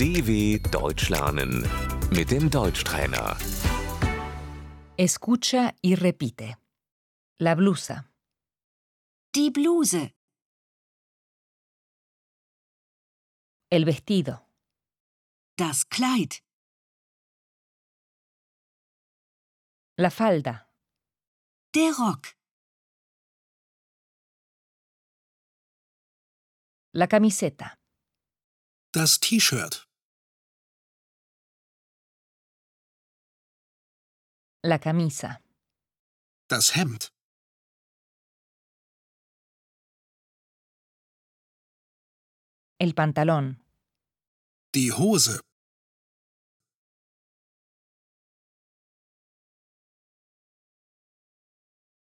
DW Deutsch lernen mit dem Deutschtrainer. Escucha y repite. La blusa, Die Bluse, el vestido, das Kleid, la falda, der Rock, la camiseta, Das T-Shirt. la camisa, Das Hemd. el pantalón, Die Hose.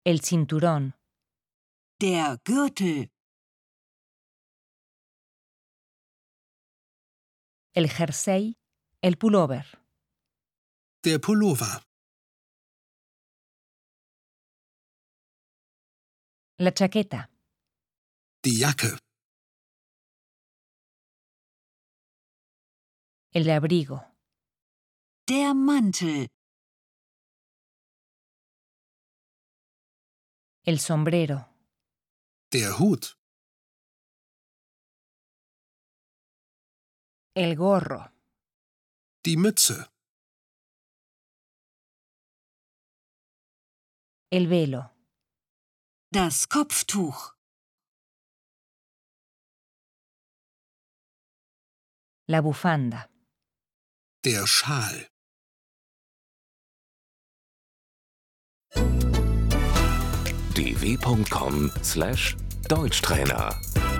el cinturón, der Gürtel, el jersey, el pullover, Der Pullover. la chaqueta, Die Jacke. el abrigo, der Mantel, el sombrero, Der Hut. el gorro, Die Mütze. el velo, das Kopftuch, la bufanda, Der Schal. dw.com/deutschtrainer